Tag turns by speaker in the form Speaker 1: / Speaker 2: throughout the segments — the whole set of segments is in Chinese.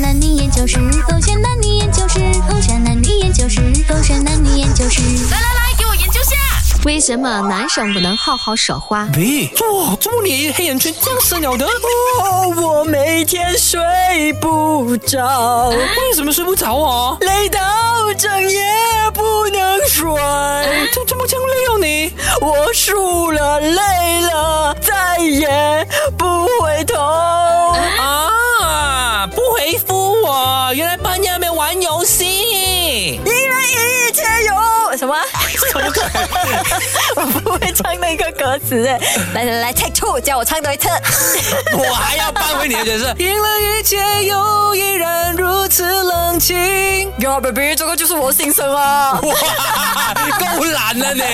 Speaker 1: 男女研究室，狗选男女研究室，狗选男女研究室，狗选男女研究室。
Speaker 2: 来来来，给我研究下。
Speaker 3: 为什么男生不能好好说话？
Speaker 4: 喂，哇，怎么你黑眼圈降深了的？
Speaker 5: 哦，我每天睡不着，
Speaker 4: 为什么睡不着啊？
Speaker 5: 累到整夜不能睡。
Speaker 4: 怎怎么这样累哦你？
Speaker 5: 我输了，累了，再也不回头。
Speaker 4: 啊，不回复我，原来半夜还没玩游戏。
Speaker 5: 赢了一切有什么？我不会唱那个歌词哎。来来来，take two，叫我唱多一次。
Speaker 4: 我还要扳回你的角色。 赢了一切又依然如此冷清。
Speaker 5: 哟，baby，这个啊就是我的心声啊。
Speaker 4: 哇，够懒了呢。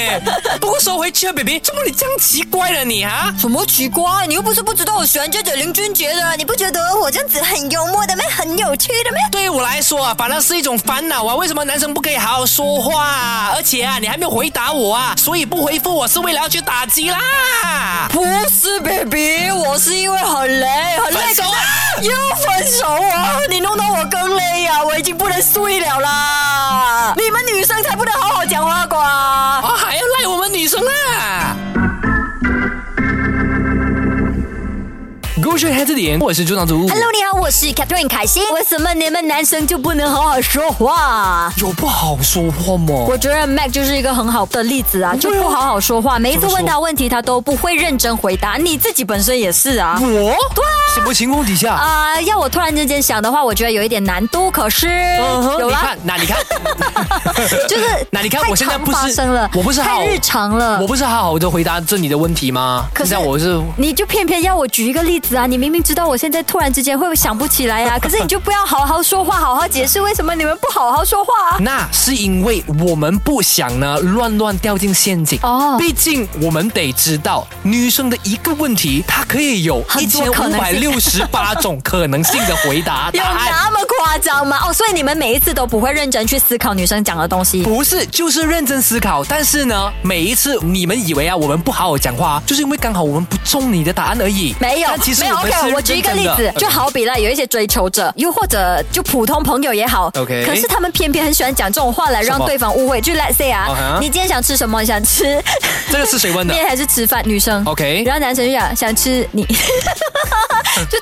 Speaker 4: 不过说回去啊，baby，怎么你这样奇怪了你啊？
Speaker 5: 什么奇怪？你又不是不知道我喜欢这种林俊杰的，你不觉得我这样子很幽默的咩？很有趣的咩？
Speaker 4: 对于我来说啊，反而是一种烦恼啊。为什么男生不可以好好说话、啊？而且啊，你还没有回答我啊，所以不回复我是为了要去打击啦。
Speaker 5: 不是，baby，我是因为很累，很累
Speaker 4: 分，手啊！
Speaker 5: 又分手啊！你弄到我更累啊，我已经不能睡了啦。你们女生才不能好好讲话
Speaker 4: 啊，
Speaker 5: 瓜。
Speaker 4: 还要赖我们女生啊！勾选黑字点，我是朱长竹。
Speaker 5: Hello，你好，我是 Catherine 凯欣。为什么你们男生就不能好好说话？
Speaker 4: 有不好说话吗？
Speaker 5: 我觉得 Mac 就是一个很好的例子啊，就不好好说话，每一次问他问题他都不会认真回答，你自己本身也是啊。
Speaker 4: 我对什么情况底下？
Speaker 5: 啊、要我突然之间想的话，我觉得有一点难度，可是、
Speaker 4: 嗯哼
Speaker 5: 有
Speaker 4: 你
Speaker 5: 啦
Speaker 4: 看，，那 你看，
Speaker 5: 就是
Speaker 4: 那你看，
Speaker 5: 太
Speaker 4: 我现在
Speaker 5: 常
Speaker 4: 不
Speaker 5: 发
Speaker 4: 是
Speaker 5: 生了，
Speaker 4: 我不是好
Speaker 5: 太日常了
Speaker 4: 我。不是好好的回答这你的问题吗？
Speaker 5: 可是
Speaker 4: 现在我是
Speaker 5: 你就偏偏要我举一个例子啊！你明明知道我现在突然之间会想不起来啊，可是你就不要好好说话，好好解释为什么你们不好好说话啊！
Speaker 4: 那是因为我们不想呢乱乱掉进陷阱
Speaker 5: 哦
Speaker 4: 毕竟我们得知道，女生的一个问题，她可以有一
Speaker 5: 很多
Speaker 4: 千
Speaker 5: 可
Speaker 4: 五
Speaker 5: 能
Speaker 4: 百六十八种可能性的回答
Speaker 5: 有
Speaker 4: 答案。
Speaker 5: 那么夸张吗？哦，所以你们每一次都不会认真去思考女生讲的东西。
Speaker 4: 不是，就是认真思考。但是呢，每一次你们以为啊，我们不好好讲话，就是因为刚好我们不中你的答案而已。
Speaker 5: 没有
Speaker 4: 但其，实
Speaker 5: 没有。
Speaker 4: 我们
Speaker 5: OK，
Speaker 4: 是
Speaker 5: 我举一个
Speaker 4: 认
Speaker 5: 例
Speaker 4: 真的
Speaker 5: 子，就好比啦，有一些追求者，又或者就普通朋友也好
Speaker 4: OK
Speaker 5: 可是他们偏偏很喜欢讲这种话来
Speaker 4: 什么
Speaker 5: 让对方误会。就 Let's say 啊
Speaker 4: 啊哈
Speaker 5: 你今天想吃什么？你想吃
Speaker 4: 这个是谁问的
Speaker 5: 面还是吃饭？女生
Speaker 4: OK
Speaker 5: 然后男生就想想吃 你，就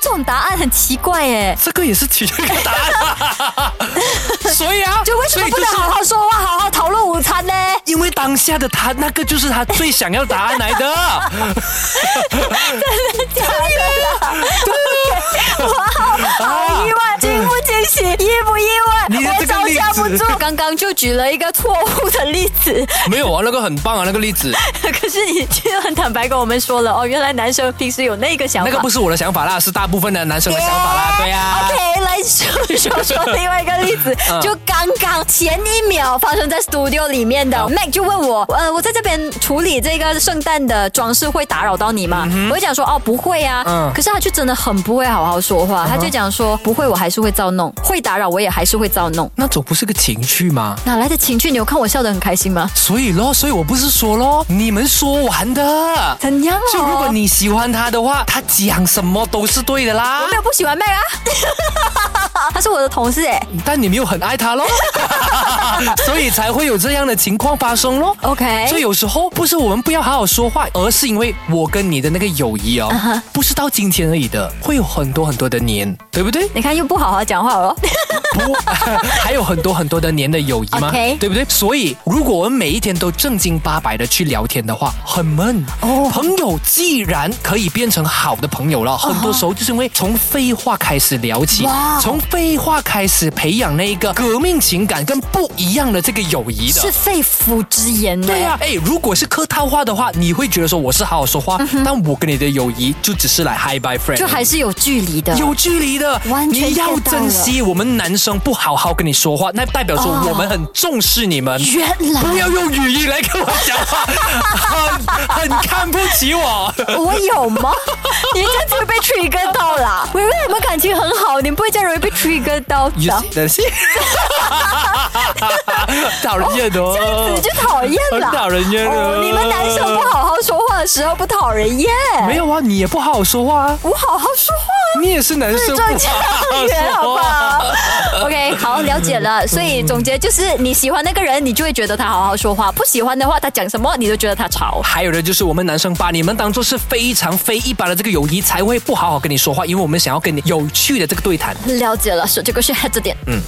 Speaker 5: 这种答案很奇怪耶。
Speaker 4: 这个也是提这个答案， 所以啊，
Speaker 5: 就为什么
Speaker 4: 所以
Speaker 5: 不
Speaker 4: 就
Speaker 5: 能
Speaker 4: 是
Speaker 5: 好好说话，好好讨论午餐呢？
Speaker 4: 因为当下的他，那个就是他最想要答案来的。
Speaker 5: 假的啦 OK，哇，好意外，惊不惊喜，意不意外？
Speaker 4: 你的
Speaker 5: 我
Speaker 4: 这个
Speaker 5: 招
Speaker 4: 例
Speaker 5: 架
Speaker 4: 子
Speaker 5: 不住， 刚刚就举了一个错误的例子，
Speaker 4: 没有啊，那个很棒啊，那个例子，
Speaker 5: 可是你却很坦白跟我们说了哦，原来男生平时有那个想法。
Speaker 4: 那个不是我的想法啦，是大部分的男生的想法啦，对啊。
Speaker 5: OK，来说说说另外一个例子
Speaker 4: 嗯，
Speaker 5: 就刚刚前一秒发生在 studio 里面的
Speaker 4: 嗯
Speaker 5: Mac 就问我，呃，我在这边处理这个圣诞的装饰会打扰到你吗？我就讲说，哦，不会啊。
Speaker 4: 嗯
Speaker 5: 可是他就真的很不会好好说话，他就讲说，不会，我还是会照弄，会打扰我也还是会照弄。
Speaker 4: 那种不是个情趣吗？
Speaker 5: 哪来的情趣？你有看我笑得很开心吗？
Speaker 4: 所以咯，所以我不是说咯，你们说完的。
Speaker 5: 怎样哦？
Speaker 4: 就如果你喜欢他的话，他讲什么都是对的啦
Speaker 5: 我。没有不喜欢 Mac 啊， 他是我的同事哎、
Speaker 4: 但你没有很 爱他咯，所以才会有这样的情况发生咯。
Speaker 5: OK，
Speaker 4: 所以有时候不是我们不要好好说话，而是因为我跟你的那个友谊
Speaker 5: 嗯？
Speaker 4: 哦，不是到今天而已的，会有很多很多的年，对不对
Speaker 5: 你看又不好好讲话哦了。
Speaker 4: 不，还有很多很多的年的友谊吗
Speaker 5: OK
Speaker 4: 对不对？所以如果我们每一天都正经八百的去聊天的话，很闷。哦，朋友既然可以变成好的朋
Speaker 5: 哦
Speaker 4: 友了，很多时候就是因为从废话开始聊起
Speaker 5: 哇，
Speaker 4: 从废话开始培养那一个革命情感跟不一样的这个友谊的。
Speaker 5: 是肺腑之言呢。欸
Speaker 4: 对呀、哎，如果是客套话的话，你会觉得说我是好好说话，但我跟你的友谊就只是来 hi bye friend，
Speaker 5: 嗯就还是有距离的。
Speaker 4: 有距离的，
Speaker 5: 完全
Speaker 4: 你
Speaker 5: get
Speaker 4: 要
Speaker 5: 到了
Speaker 4: 珍惜。我们男生不好好跟你说话，那代表说
Speaker 5: 哦
Speaker 4: 我们很重视你们。
Speaker 5: 原来
Speaker 4: 不要用语音来跟我讲话， 很很看不起我。
Speaker 5: 我有 吗？你这次被 trigger 到啦！我以为我们感情很好，你不会这样容易被 trigger 到的。
Speaker 4: 等下， 讨人厌的哦，
Speaker 5: 这样子就讨厌
Speaker 4: 很
Speaker 5: 了，
Speaker 4: 讨人厌
Speaker 5: 哦
Speaker 4: 了。
Speaker 5: 你们男生不好好说话的时候不讨人厌，
Speaker 4: 没有啊？你也不好好说话啊，
Speaker 5: 我好好说话，
Speaker 4: 你也是男生
Speaker 5: 字
Speaker 4: 不
Speaker 5: 正
Speaker 4: 好好
Speaker 5: 腔圆，好
Speaker 4: 说啊嗯
Speaker 5: 不
Speaker 4: 话。
Speaker 5: 好？ OK，好，了解了。所以总结就是，你喜欢那个人，你就会觉得他好好说话；不喜欢的话，他讲什么你都觉得他吵。
Speaker 4: 还有的就是我们男生把你们当做是非常非一般的这个友谊，才会不好好跟你说话，因为我们想要跟你有趣的这个对谈。
Speaker 5: 了解了，是这个是 head 点。
Speaker 4: 嗯，